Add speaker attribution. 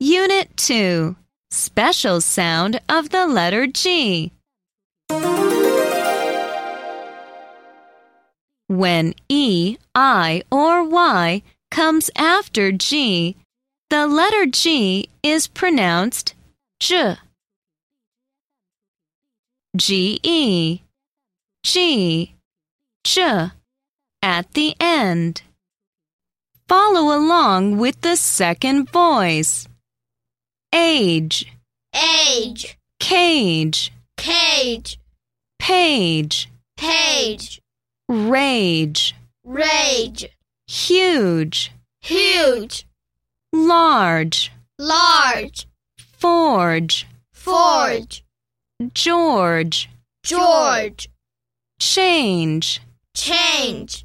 Speaker 1: Unit 2 Special Sound of the Letter G. When E, I, or Y comes after G, the letter G is pronounced J. G E, G, J at the end. Follow along with the second voice. Age,
Speaker 2: age,
Speaker 1: cage,
Speaker 2: cage,
Speaker 1: page,
Speaker 2: page,
Speaker 1: rage,
Speaker 2: rage,
Speaker 1: huge,
Speaker 2: huge,
Speaker 1: large,
Speaker 2: large,
Speaker 1: forge,
Speaker 2: forge,
Speaker 1: George,
Speaker 2: George,
Speaker 1: change.
Speaker 2: change.